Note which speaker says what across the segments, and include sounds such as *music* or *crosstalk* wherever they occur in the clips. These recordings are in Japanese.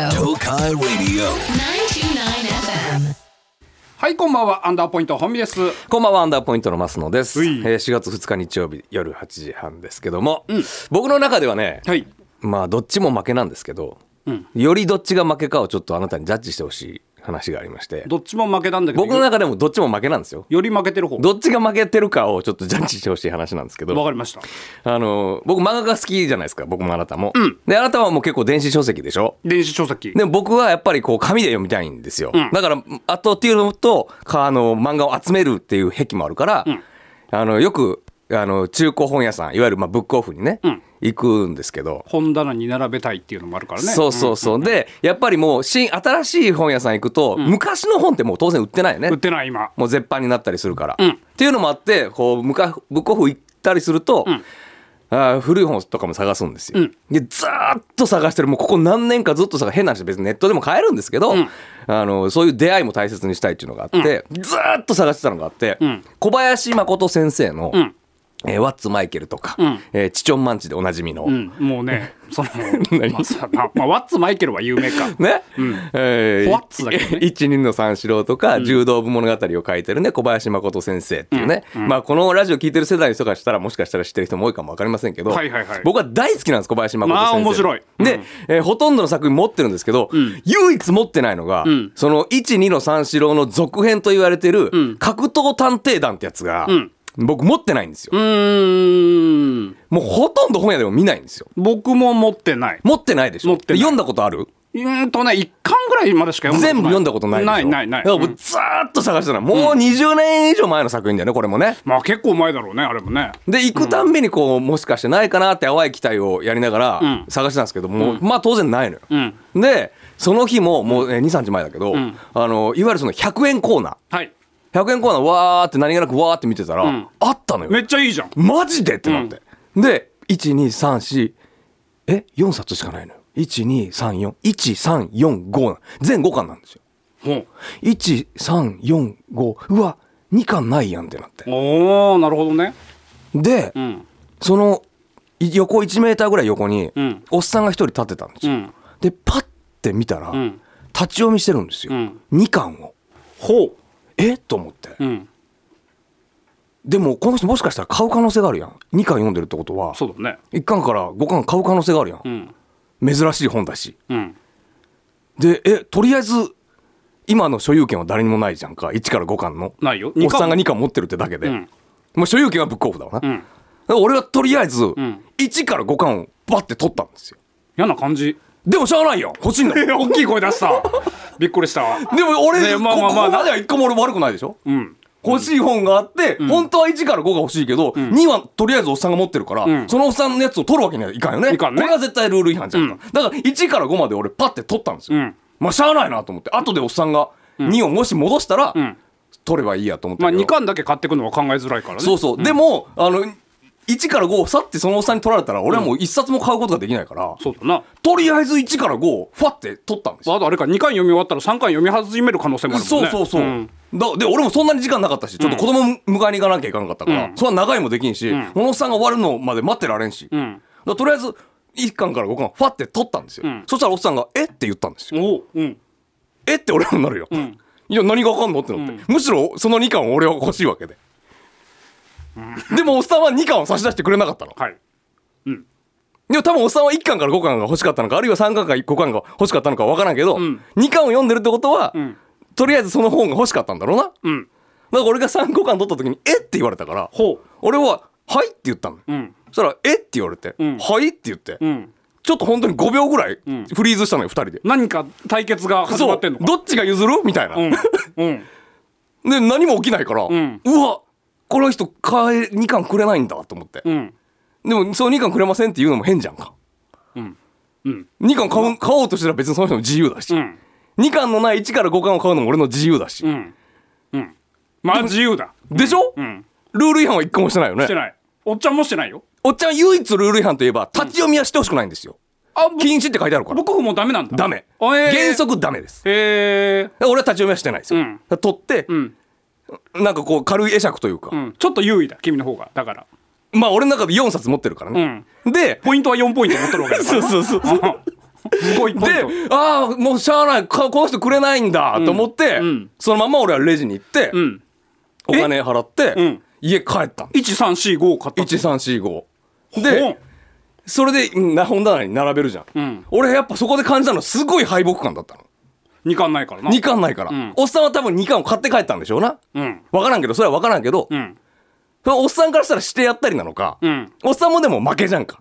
Speaker 1: Sky
Speaker 2: 929
Speaker 1: Radio.
Speaker 2: FM.
Speaker 3: はい、こんばんは、アンダーポイント本美です。
Speaker 4: こんばんは、アンダーポイントの増野です。
Speaker 3: う
Speaker 4: え
Speaker 3: い
Speaker 4: ー4月2日日曜日夜8時半ですけども、僕の中ではね、
Speaker 3: はい。
Speaker 4: まあどっちも負けなんですけど、
Speaker 3: うん
Speaker 4: よりどっちが負けかをちょっとあなたにジャッジしてほしい話がありまして、
Speaker 3: どっちも負けたんだけど、
Speaker 4: 僕の中でもどっちも負けなんですよ。
Speaker 3: より負けてる方。わ
Speaker 4: どっちが負けてるかをちょっとジャッジしてほしい話なんですけど、
Speaker 3: かりました。
Speaker 4: あの僕漫画が好きじゃないですか、僕もあなたも。であなたはもう結構電子書籍でしょ。
Speaker 3: 電子書籍。
Speaker 4: でも僕はやっぱりこう紙で読みたいんですよ、
Speaker 3: うん
Speaker 4: だからあとっていうのとかあの漫画を集めるっていう癖もあるから、
Speaker 3: ん
Speaker 4: あのよくあの中古本屋さんいわゆるまあブックオフにね、
Speaker 3: うん
Speaker 4: 行くんですけど、
Speaker 3: 本棚に並べたいっていうのもあるからね。
Speaker 4: そうそうそう、でやっぱりもう新新しい本屋さん行くと、昔の本ってもう当然売ってないよね
Speaker 3: うん。売ってない今。
Speaker 4: もう絶版になったりするから、
Speaker 3: ん
Speaker 4: っていうのもあってこう向かブックオフ行ったりすると、
Speaker 3: ん
Speaker 4: あー古い本とかも探すんですよ、
Speaker 3: うん
Speaker 4: でずーっと探してるもうここ何年かずっと探変な話別にネットでも買えるんですけど、
Speaker 3: ん
Speaker 4: あのそういう出会いも大切にしたいっていうのがあって、ずーっと探してたのがあって、
Speaker 3: うん
Speaker 4: 小林誠先生の、
Speaker 3: うん
Speaker 4: えーワッツ・マイケル」とか、
Speaker 3: うん
Speaker 4: えーチチョンマンチ」でおなじみの、
Speaker 3: うん。もう
Speaker 4: *laughs*
Speaker 3: ね、その
Speaker 4: 何
Speaker 3: まあさまあまあワッツマイケルは有名
Speaker 4: *laughs*
Speaker 3: か。
Speaker 4: ね、え
Speaker 3: フォ
Speaker 4: ー
Speaker 3: ワッツだけどね
Speaker 4: 一人の三四郎とか、柔道部物語を書いてるね小林誠先生っていうね、まあこのラジオ聞いてる世代の人からしたらもしかしたら知ってる人も多いかも分かりませんけど、
Speaker 3: はいはいはい
Speaker 4: 僕は大好きなんです小林誠先生
Speaker 3: まあ面白い
Speaker 4: で、
Speaker 3: うん
Speaker 4: えーほとんどの作品持ってるんですけど、
Speaker 3: ん
Speaker 4: 唯一持ってないのが、
Speaker 3: ん
Speaker 4: その12の三四郎の続編と言われてる、
Speaker 3: ん
Speaker 4: 格闘探偵団ってやつが、
Speaker 3: ん
Speaker 4: 僕持ってないんですよ
Speaker 3: うーん。
Speaker 4: もうほとんど本屋でも見ないんですよ
Speaker 3: 僕も持ってない。
Speaker 4: 持ってないでしょ
Speaker 3: 持ってない
Speaker 4: 読んだことある
Speaker 3: うーんとね、一巻ぐらいまでしか読んだことない。
Speaker 4: 全部読んだことないでしょ
Speaker 3: ないないない。
Speaker 4: だ
Speaker 3: う
Speaker 4: から僕
Speaker 3: ん
Speaker 4: ずーっと探してたのもう20年以上前の作品だよねこれもね
Speaker 3: まあ結構前だろうね、あれもね。
Speaker 4: で行くたんびにこうもしかしてないかなって淡い期待をやりなが
Speaker 3: うん
Speaker 4: ら探してたんですけどもうまあ当然ないの
Speaker 3: う
Speaker 4: よ
Speaker 3: ん。
Speaker 4: でその日ももう23日前だけど
Speaker 3: ん
Speaker 4: あのいわゆるその100円コーナ
Speaker 3: はい。
Speaker 4: ー100円コーナーわーって何気なくわーって見てた
Speaker 3: うん
Speaker 4: らあったのよ
Speaker 3: めっちゃいいじゃん。
Speaker 4: マジでってなって、で1234え4冊しかないのよ123413445全5巻なんですよ
Speaker 3: ほう
Speaker 4: 1345うわ2巻ないやんってなって
Speaker 3: おー、なるほどね。
Speaker 4: で、
Speaker 3: うん。
Speaker 4: そのい横1メーターぐらい横に、
Speaker 3: うん
Speaker 4: おっさんが一人立ってたんです
Speaker 3: う
Speaker 4: よ、
Speaker 3: ん。
Speaker 4: でパッて見たら、
Speaker 3: ん
Speaker 4: 立ち読みしてるんですよ、
Speaker 3: うん
Speaker 4: 2巻を
Speaker 3: ほ
Speaker 4: えと思って、
Speaker 3: う。うん。
Speaker 4: でもこの人もしかしたら買う可能性があるやん2巻読んでるってことは
Speaker 3: そうだね。
Speaker 4: 1巻から5巻買う可能性があるやん
Speaker 3: う、ん。
Speaker 4: 珍しい本だし
Speaker 3: うん。
Speaker 4: でえとりあえず今の所有権は誰にもないじゃんか1から5巻の
Speaker 3: ないよ。
Speaker 4: おっさんが
Speaker 3: 二
Speaker 4: 2巻持ってるってだけで、
Speaker 3: うん
Speaker 4: もう所有権はブックオフだわな、
Speaker 3: うん。
Speaker 4: だから俺はとりあえず
Speaker 3: ん
Speaker 4: 1から5巻をバッて取ったんですよ
Speaker 3: 嫌な感じ。
Speaker 4: でもしゃあないよ欲しいんだもんで
Speaker 3: 大きい声出
Speaker 4: *laughs*
Speaker 3: した。びっくりしたわ。
Speaker 4: も俺、
Speaker 3: ねまあまあまあ
Speaker 4: ここまでは1個も俺悪くないでしょ
Speaker 3: うん。
Speaker 4: 欲しい本があって、本当は1から5が欲しいけど、2はとりあえずおっさんが持ってるから、
Speaker 3: ん
Speaker 4: そのおっさんのやつを取るわけにはいかんよね
Speaker 3: いかんね
Speaker 4: これが絶対ルール違反じゃんか、だから1から5まで俺パッて取ったんですよ、
Speaker 3: うん
Speaker 4: まあしゃあないなと思って後でおっさんが2をもし戻したら、
Speaker 3: うん。
Speaker 4: 取ればいいやと思って
Speaker 3: まあ、二巻だけ買ってくのは考えづらいからね。
Speaker 4: そうそう、でもあの1から5をさってそのおっさんに取られたら俺はもう1冊も買うことができないから、
Speaker 3: そうだな。
Speaker 4: とりあえず1から5をファって取ったんですよ。
Speaker 3: あとあれか、二巻読み終わったら、三巻読み始める可能性もあるもん
Speaker 4: そう
Speaker 3: ね。
Speaker 4: そうそう、
Speaker 3: ん
Speaker 4: だで俺もそんなに時間なかったしちょっと子供迎えに行かなきゃいかなかったから、
Speaker 3: うん
Speaker 4: そんな長いもできんし、
Speaker 3: ん
Speaker 4: このおっさんが終わるのまで待ってられんし、
Speaker 3: う
Speaker 4: だか
Speaker 3: ん。
Speaker 4: らとりあえず1巻から5巻ファって取ったんですよ、
Speaker 3: ん
Speaker 4: そしたらおっさんが「えっ?」て言ったんですよ
Speaker 3: おう。うん。
Speaker 4: 「えっ?」て俺もなるよ、
Speaker 3: ん
Speaker 4: いや何がわかんのってなって、
Speaker 3: うん
Speaker 4: むしろその2巻を俺は欲しいわけで、でもおっさんは2巻を差し出してくれなかったの
Speaker 3: はい。
Speaker 4: でも多分おっさんは1巻から5巻が欲しかったのかあるいは3巻から5巻が欲しかったのか分からんけど、
Speaker 3: ん
Speaker 4: 2巻を読んでるってことは、
Speaker 3: ん
Speaker 4: とりあえずその本が欲しかったんだろうなだか
Speaker 3: うん。
Speaker 4: ら俺が3 5巻取った時に「えっ?」て言われたから
Speaker 3: ほ
Speaker 4: 俺は「はい」って言ったの、
Speaker 3: う。うん。
Speaker 4: そしたら「えっ?」て言われて「
Speaker 3: ん
Speaker 4: はい」って言って、
Speaker 3: うん。
Speaker 4: ちょっと本当に5秒ぐらい
Speaker 3: ん
Speaker 4: フリーズしたのよ2人で。
Speaker 3: 何か対決が始ま
Speaker 4: そう
Speaker 3: ってんのか。
Speaker 4: どっちが譲るみたいな、
Speaker 3: うん。うん。
Speaker 4: で何も起きないから、うんわこの人買え2巻くれないんだと思って、
Speaker 3: うん。
Speaker 4: でもその2巻くれませんって言うのも変じゃんか、
Speaker 3: うんうん
Speaker 4: 2巻買う買おうとしたら別にその人の自由だし、
Speaker 3: うん。
Speaker 4: 2巻のない1から5巻を買うのも俺の自由だし、
Speaker 3: うん。うん。まあ、自由だ。
Speaker 4: でしょ、
Speaker 3: うん。
Speaker 4: ルール違反は1個もしてないよね
Speaker 3: してない。おっちゃんもしてないよ。
Speaker 4: おっちゃんは唯一ルール違反といえば立ち読みはしてほしくないんですよ、
Speaker 3: あ、
Speaker 4: 禁止って書いてあるから
Speaker 3: 僕もダメなんだ。
Speaker 4: ダメ、
Speaker 3: あえー
Speaker 4: 原則ダメです
Speaker 3: へえ
Speaker 4: だから俺は立ち読みはしてないですよ、
Speaker 3: う
Speaker 4: だ
Speaker 3: ん
Speaker 4: から取って、
Speaker 3: ん
Speaker 4: なんかこう軽い会釈というか、
Speaker 3: うん、ちょっと優位だ君の方がだから
Speaker 4: まあ俺の中で4冊持ってるからね、で
Speaker 3: ポイントは4ポイント持ってるわけだか
Speaker 4: *laughs* そうそうそうそう
Speaker 3: ら向こう一ポイン
Speaker 4: で
Speaker 3: ト、
Speaker 4: ああ、もうしゃあない、かこの人くれないんだと思って、
Speaker 3: うん
Speaker 4: そのまま俺はレジに行って、
Speaker 3: うん、
Speaker 4: お金払って、
Speaker 3: うん
Speaker 4: 家帰ったん
Speaker 3: 1345を買った
Speaker 4: 1345。で、それでうん本棚に並べるじゃん。
Speaker 3: うん
Speaker 4: 俺やっぱそこで感じたのはすごい敗北感だったの。
Speaker 3: 2巻ないからな
Speaker 4: 2巻ないから、
Speaker 3: ん
Speaker 4: おっさんは多分2巻を買って帰ったんでしょうな。
Speaker 3: うん
Speaker 4: わからんけど、それはわからんけど、
Speaker 3: うん
Speaker 4: それおっさんからしたらしてやったりなのか、
Speaker 3: うん
Speaker 4: おっさんもでも負けじゃんか。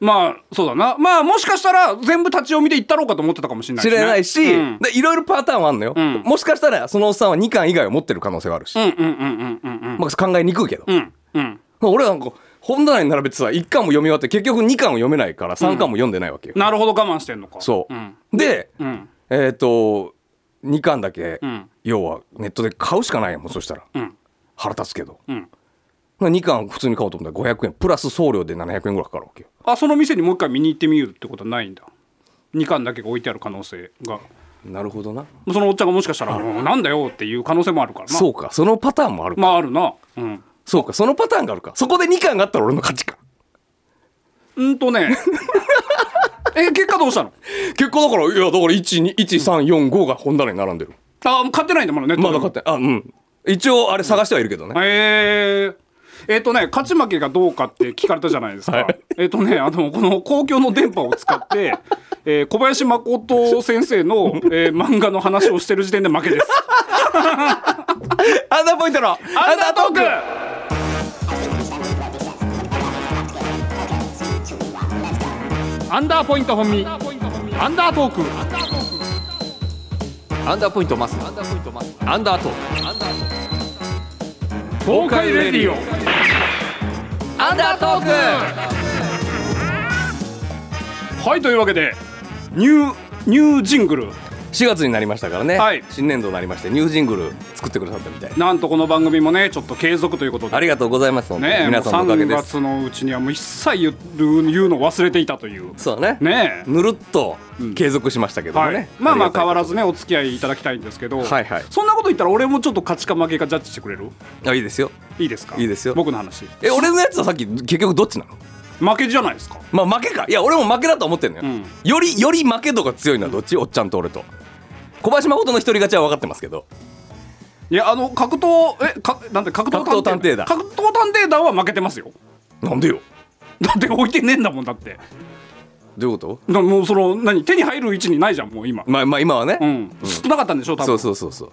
Speaker 3: まあそうだなまあもしかしたら全部立ち読みで行ったろうかと思ってたかもしれない
Speaker 4: 知
Speaker 3: ね
Speaker 4: れないし、
Speaker 3: うん
Speaker 4: でいろいろパターンはあんのよ、
Speaker 3: ん
Speaker 4: もしかしたらそのおっさんは2巻以外を持ってる可能性はあるし、
Speaker 3: うんうんうんうんうんうん
Speaker 4: まあ、考えにくいけど、
Speaker 3: うんうん
Speaker 4: 俺なんか本棚に並べてさ1巻も読み終わって結局2巻を読めないから3巻も読んでないわけよ、
Speaker 3: なるほど我慢してんのか
Speaker 4: そう、
Speaker 3: ん
Speaker 4: で、
Speaker 3: うん
Speaker 4: えっ、と2巻だけ、
Speaker 3: ん
Speaker 4: 要はネットで買うしかないやんもうそしたら、
Speaker 3: ん
Speaker 4: 腹立つけど、
Speaker 3: うん
Speaker 4: 2巻普通に買おうと思ったら500円プラス送料で700円ぐらいかかるわけよ
Speaker 3: あその店にもう一回見に行ってみるってことはないんだ2巻だけが置いてある可能性が
Speaker 4: なるほどな
Speaker 3: そのおっちゃんがもしかしたら「うんなんだよ」っていう可能性もあるからな
Speaker 4: そううかそのパターンもあるか、
Speaker 3: まああるなうん
Speaker 4: そうかそのパターンがあるかそこで2巻があったら俺の勝ちか
Speaker 3: うんと
Speaker 4: *laughs*
Speaker 3: ねえ結果どうしたの
Speaker 4: 結構だからいやだから121345が本棚に並んでる、
Speaker 3: あ買ってないんだまだね
Speaker 4: まだ買ってあうん一応あれ探してはいるけどね、
Speaker 3: えーえっとね、勝ち負けがどうかって聞かれたじゃないですか。
Speaker 4: はい
Speaker 3: えっとね、あの、この公共の電波を使って、えー小林誠先生の、えー漫画の話をしてる時点で負けです。
Speaker 4: アンダーポイントのアン
Speaker 3: アンダートークアンダーポイント本身アンダートーク
Speaker 4: アンダーポイントマスアンダーポイントマスアンダートークアンダート
Speaker 3: 東海レディオ
Speaker 4: アンダートー
Speaker 3: はいというわけでニューニュージングル
Speaker 4: ク4月になりましたからね、
Speaker 3: はい
Speaker 4: 新年度になりましてニュージングル作ってくださったみたい
Speaker 3: なんとこの番組もねちょっと継続ということで
Speaker 4: ありがとうございます、本当に
Speaker 3: ねえ、
Speaker 4: 皆さんのおかげ
Speaker 3: 3
Speaker 4: です
Speaker 3: 月のうちにはもう一切言う言うの忘れていたという
Speaker 4: そうね
Speaker 3: ねえ
Speaker 4: ぬるっと継続しましたけども
Speaker 3: はい
Speaker 4: ね、
Speaker 3: まあまあ変わ
Speaker 4: ら
Speaker 3: らずねお付き合いいただきたいんですけど、
Speaker 4: はいはい
Speaker 3: そんなこと言ったら俺もちょっと勝ちか負けかジャッジしてくれる
Speaker 4: ずあいいですよ
Speaker 3: いいですか
Speaker 4: いいですよ
Speaker 3: 僕の話
Speaker 4: え俺のやつはさっき結局どっちなの
Speaker 3: 負けじゃないですか
Speaker 4: まあ負けかいや俺も負けだと思ってんのよ、
Speaker 3: うん
Speaker 4: よりより負け度が強いのはどっちおっちゃんと俺と小林誠の一人勝ちは分かってますけど
Speaker 3: いやあの格闘えかなんて格闘
Speaker 4: 格闘探偵団
Speaker 3: 格闘探偵団は負けてますよ *laughs*
Speaker 4: なんでよ
Speaker 3: だって置いてねえんだもんだって
Speaker 4: どういうこと
Speaker 3: だもうその何手に入る位置にないじゃんもう今
Speaker 4: まあまあ今はね、
Speaker 3: うん、少なかったんでしょ多分
Speaker 4: そうそうそうそう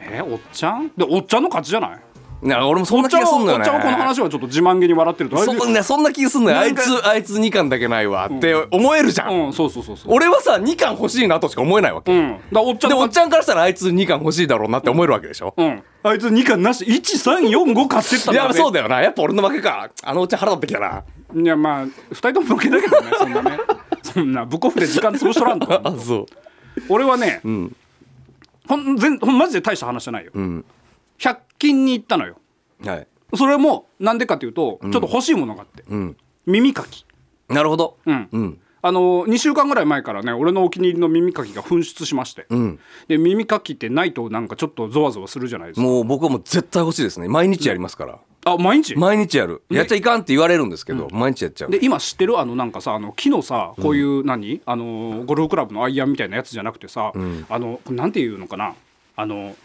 Speaker 3: えおっちゃんでおっちゃんの勝ちじゃない
Speaker 4: な俺もそん
Speaker 3: おっ
Speaker 4: な
Speaker 3: ち
Speaker 4: 気
Speaker 3: ゃん
Speaker 4: がすんの
Speaker 3: は
Speaker 4: よ
Speaker 3: おっ
Speaker 4: ね
Speaker 3: ちゃんはこの話はちょっと自慢げに笑ってるとあれ
Speaker 4: そんなそんな気がすんのよあ
Speaker 3: なん
Speaker 4: い
Speaker 3: か
Speaker 4: つあいつ2巻だけないわって思えるじゃん、
Speaker 3: うん、そうそうそうそう。
Speaker 4: 俺はさ2巻欲しいなとしか思えないわ
Speaker 3: う
Speaker 4: け、
Speaker 3: ん。だからおっちゃん
Speaker 4: で
Speaker 3: の
Speaker 4: おっちゃんからしたらあいつ2巻欲しいだろうなって思えるわけでしょ、
Speaker 3: うん。あいつ2巻なし、1,3,4,5買ってったん
Speaker 4: い
Speaker 3: だ
Speaker 4: やそう
Speaker 3: だ。
Speaker 4: だよなやっぱ俺の負けかあのおっちゃん腹立ってきたない
Speaker 3: や、まあ、2人とも負けだけ
Speaker 4: *laughs*
Speaker 3: どね、そんなね。そんな、ブコフで時間潰しとらんと。
Speaker 4: あそう
Speaker 3: 俺はね、ほん、全、ほん、マジで大した話じゃないよ。
Speaker 4: ん
Speaker 3: 100均に行ったのよ。
Speaker 4: はい
Speaker 3: それも、なんでかというと、ちょっと欲しいものがあって。
Speaker 4: うん
Speaker 3: 耳かき。
Speaker 4: なるほど
Speaker 3: うん。
Speaker 4: うん
Speaker 3: あの2週間ぐらい前からね俺のお気に入りの耳かきが紛失しまして、
Speaker 4: ん
Speaker 3: で耳かきってないとなんかちょっとゾワゾワするじゃないですか
Speaker 4: もう僕はもう絶対欲しいですね毎日やりますから、
Speaker 3: あ毎日
Speaker 4: 毎日やるやっちゃいかんって言われるんですけど、毎日やっちゃう
Speaker 3: で今知ってるあのなんかさあの木のさこういう何、あのゴルフクラブのアイアンみたいなやつじゃなくてさ、あのなんていうのかなあの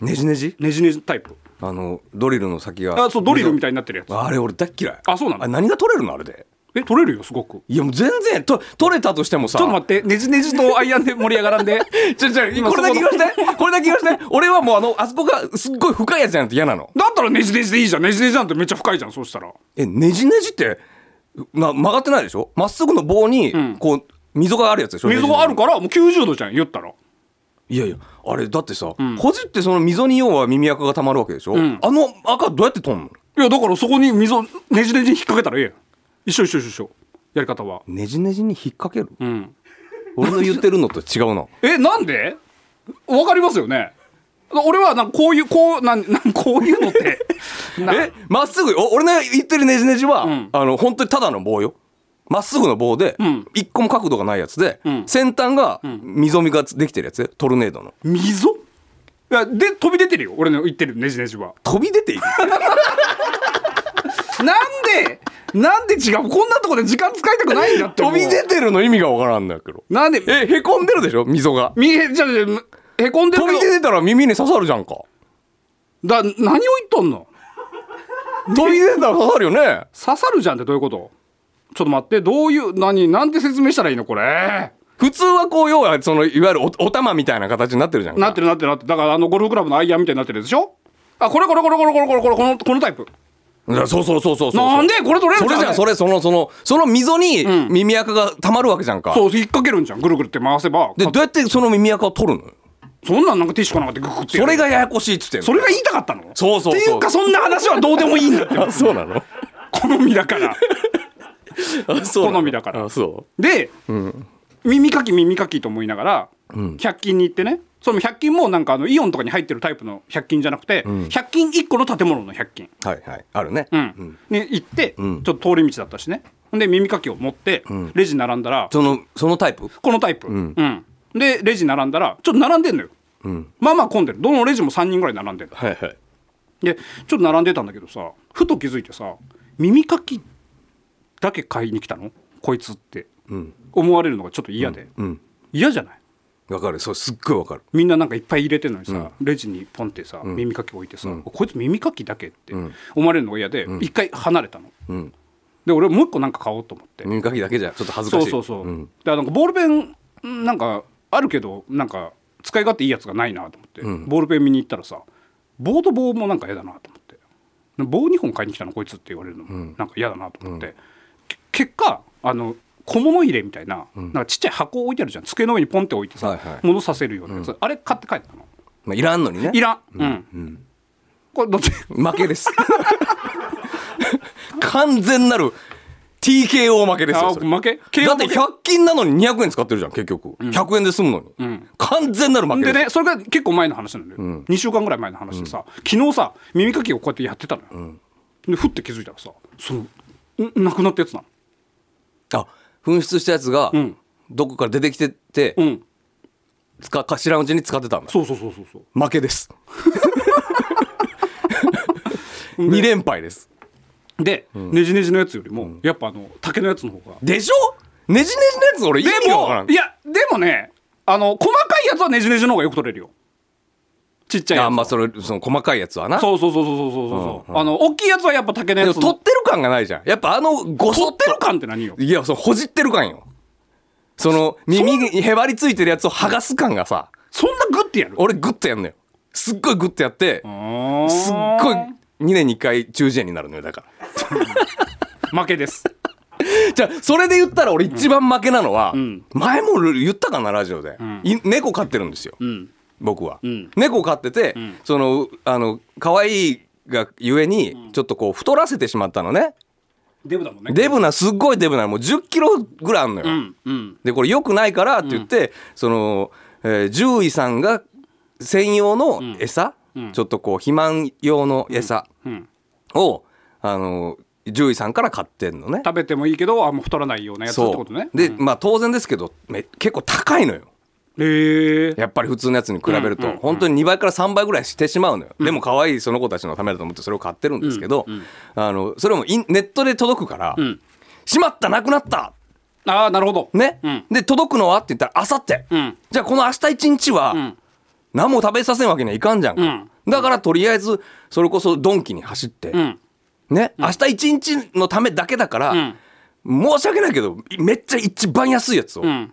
Speaker 4: ねじねじ
Speaker 3: ねじねじタイプ
Speaker 4: あのドリルの先が
Speaker 3: あそうドリルみたいになってるやつ
Speaker 4: あれ俺大っ嫌い
Speaker 3: あそうなの
Speaker 4: あ何が取れるのあれで
Speaker 3: え取れるよすごく
Speaker 4: いやもう全然と取れたとしてもさ
Speaker 3: ちょっと待ってねじねじとアイアンで盛り上がらん
Speaker 4: *laughs*
Speaker 3: で
Speaker 4: ちょちょ
Speaker 3: 今
Speaker 4: これだけ言わ
Speaker 3: そこ
Speaker 4: せてこれだけ言わせて俺はもうあのあそこがすっごい深いやつじゃないと嫌なの
Speaker 3: だったらねじねじでいいじゃんねじねじなんてめっちゃ深いじゃんそうしたら
Speaker 4: えねじねじってな曲がってないでしょまっすぐの棒にこう、溝があるやつでしょ
Speaker 3: 溝がある
Speaker 4: か
Speaker 3: からもう90度じゃん言ったら
Speaker 4: いやいやあれだってさ、ほじってその溝に要は耳垢がたまるわけでしょ、あの赤どうやって取んの
Speaker 3: いやだからそこに溝ねじねじに引っ掛けたらええやん一緒一緒一緒一緒やり方は
Speaker 4: ねじねじに引っ掛ける、
Speaker 3: ん
Speaker 4: 俺の言ってるのと違うな
Speaker 3: えなんでわかりますよね俺はなんかこういうこうなん *laughs* なんこういうのって
Speaker 4: *laughs*
Speaker 3: な
Speaker 4: えまっすぐお俺の言ってるねじねじは、
Speaker 3: ん
Speaker 4: あの本当にただの棒よまっすぐの棒で、
Speaker 3: ん
Speaker 4: 一個も角度がないやつで、
Speaker 3: ん
Speaker 4: 先端が溝みができてるやつトルネードの
Speaker 3: 溝いやで飛び出てるよ俺の言ってるネジネジは
Speaker 4: 飛び出ていく
Speaker 3: なんでなんで違うこんなとこで時間使いたくないんだっても
Speaker 4: *laughs* 飛
Speaker 3: う
Speaker 4: び出てるの意味がわからんのやけど
Speaker 3: なんで
Speaker 4: えへこんでるでしょ溝が
Speaker 3: みへじゃあじゃあへこんでる
Speaker 4: 飛び出てたら耳に刺さるじゃ
Speaker 3: *laughs*
Speaker 4: んか
Speaker 3: だ何を言っとんの
Speaker 4: 飛び出てたら刺さるよね
Speaker 3: 刺さるじゃんってどういうことちょっと待ってどういう何なんて説明したらいいのこれ
Speaker 4: 普通はこう要はそのいわゆるおお玉みたいな形になってるじゃんか
Speaker 3: なってるなってるなってるだからあのゴルフクラブのアイアンみたいになってるやつでしょあこれこれこれこれこれこれこれこのこのタイプ
Speaker 4: だそうそうそうそうそう
Speaker 3: なんでこれ取れる
Speaker 4: それじゃんそ
Speaker 3: れ
Speaker 4: れそのそのその溝に耳垢がたまるわけじゃんか、
Speaker 3: そう引っ掛けるんじゃんぐるぐるって回せば
Speaker 4: でどうやってその耳垢を取るの
Speaker 3: そんなんなんかティッシュかなんかってググってや
Speaker 4: そ
Speaker 3: る
Speaker 4: れがややこしいっつってんの
Speaker 3: それが言いたかったの
Speaker 4: そうそうそう
Speaker 3: っていうかそんな話はどうでもいいんだって
Speaker 4: あ *laughs* そうなの
Speaker 3: 好みだから
Speaker 4: あそうなの
Speaker 3: 好みだから
Speaker 4: あそ
Speaker 3: で、耳かき耳かきと思いながら、100均に行ってねその100均もなんかあのイオンとかに入ってるタイプの100均じゃなくて、100均1個の建物の100均、
Speaker 4: うはいはいあるね、
Speaker 3: うんに行って、ちょっと通り道だったしねほんで耳かきを持って、レジ並んだら
Speaker 4: そのそのタイプ
Speaker 3: このタイプ、うんでレジ並んだらちょっと並んでんのよ、まあまあ混んでるどのレジも3人ぐらい並んでる
Speaker 4: はいはい
Speaker 3: でちょっと並んでたんだけどさふと気づいてさ耳かきだけ買いに来たのこいつって、思われるのがちょっと嫌で、嫌じゃない
Speaker 4: わかるそれすっごいわかる
Speaker 3: みんななんかいっぱい入れてるのにさ、レジにポンってさ、耳かき置いてさ、こいつ耳かきだけって思われるのが嫌で、一回離れたの、
Speaker 4: ん
Speaker 3: で俺もう一個なんか買おうと思って、
Speaker 4: 耳かきだけじゃちょっと恥ずか
Speaker 3: そ
Speaker 4: し
Speaker 3: う
Speaker 4: い
Speaker 3: そうそう、
Speaker 4: ん
Speaker 3: だからなんかボールペンなんかあるけどなんか使い勝手いいやつがないなと思って、ボールペン見に行ったらさ棒と棒もなんか嫌だなと思って棒2本買いに来たのこいつって言われるのもなんか嫌だなと思って、け結果あの小物入れみたいな,、なんかちっちゃい箱置いてあるじゃん机の上にポンって置いてさ、
Speaker 4: はいはい
Speaker 3: 物させるようなやつ、あれ買って帰ったの
Speaker 4: まあ、いらんのにね
Speaker 3: いらんうん、これだって
Speaker 4: 負けです *laughs* 完全なる TKO 負けです
Speaker 3: あ
Speaker 4: よそれ
Speaker 3: 負け
Speaker 4: だって100均なのに200円使ってるじゃん結局、100円で済むのに、完全なる負けで
Speaker 3: ですねそれが結構前の話なんだよ、2週間ぐらい前の話でさ、昨日さ耳かきをこうやってやってたのよ、でふって気づいたらさそのんなくなったやつなの
Speaker 4: あ紛失したやつが、
Speaker 3: ん
Speaker 4: どこから出てきてて、
Speaker 3: うん
Speaker 4: 使か知らんうちに使ってたんだ
Speaker 3: そうそうそうそうそう
Speaker 4: 負けです *laughs* 2連敗です
Speaker 3: で、ねじねじのやつよりも、やっぱあの竹のやつの方が
Speaker 4: でしょねじねじのやつ俺意
Speaker 3: で
Speaker 4: 味がわからん
Speaker 3: もいやでもねあの細かいやつはねじねじの方がよく取れるよちっちゃいやつ
Speaker 4: あまあそれその細かいやつはな
Speaker 3: そうそうそうそうそうそうそう、あの大きいやつはやっぱ竹のや
Speaker 4: でも
Speaker 3: つ
Speaker 4: 取ってる感がないじゃんやっぱあのごそ
Speaker 3: 取
Speaker 4: っ
Speaker 3: って
Speaker 4: と
Speaker 3: る感って何よ
Speaker 4: いやそのほじってる感よその耳にへばりついてるやつを剥がす感がさ
Speaker 3: そんなグッてやる
Speaker 4: 俺グッとやんのよすっごいグッとやってす
Speaker 3: す
Speaker 4: っごい2年に1回中耳炎になるのよだから
Speaker 3: 負けです
Speaker 4: じゃあそれで言ったら俺一番負けなのは、前も言ったかなラジオで、い猫飼ってるんですよ、僕は、
Speaker 3: ん
Speaker 4: 猫飼ってて、そのあの可愛いがゆえにちょっとこう太らせてしまったのね、
Speaker 3: デブだもんね
Speaker 4: デブなすっごいデブなもう1 0キロぐらいあんのよ、
Speaker 3: うんうん
Speaker 4: でこれ良くないからって言って、その、えー獣医さんが専用の餌、ちょっとこう肥満用の餌
Speaker 3: うん
Speaker 4: を、あの獣医さんから買ってんのね
Speaker 3: 食べてもいいけどあんま太らないようなやつって
Speaker 4: そ
Speaker 3: ことね
Speaker 4: うで、
Speaker 3: うん
Speaker 4: まあ当然ですけどめ結構高いのよ
Speaker 3: へえ
Speaker 4: やっぱり普通のやつに比べると、本当に2倍から3倍ぐらいしてしまうのよ、でも可愛いその子たちのためだと思ってそれを買ってるんですけど、あのそれもインネットで届くから「
Speaker 3: ん
Speaker 4: しまったなくなった!」
Speaker 3: ああなるほど
Speaker 4: ね、
Speaker 3: うん
Speaker 4: で届くのはって言ったらあさって
Speaker 3: うん
Speaker 4: じゃあこの明日一日は、
Speaker 3: ん
Speaker 4: 何も食べさせんわけにはいかんじゃんか、
Speaker 3: うん
Speaker 4: だからとりあえずそれこそドンキに走って、
Speaker 3: うん
Speaker 4: ね、明日一日のためだけだから、
Speaker 3: うん
Speaker 4: 申し訳ないけどめっちゃ一番安いやつを
Speaker 3: うん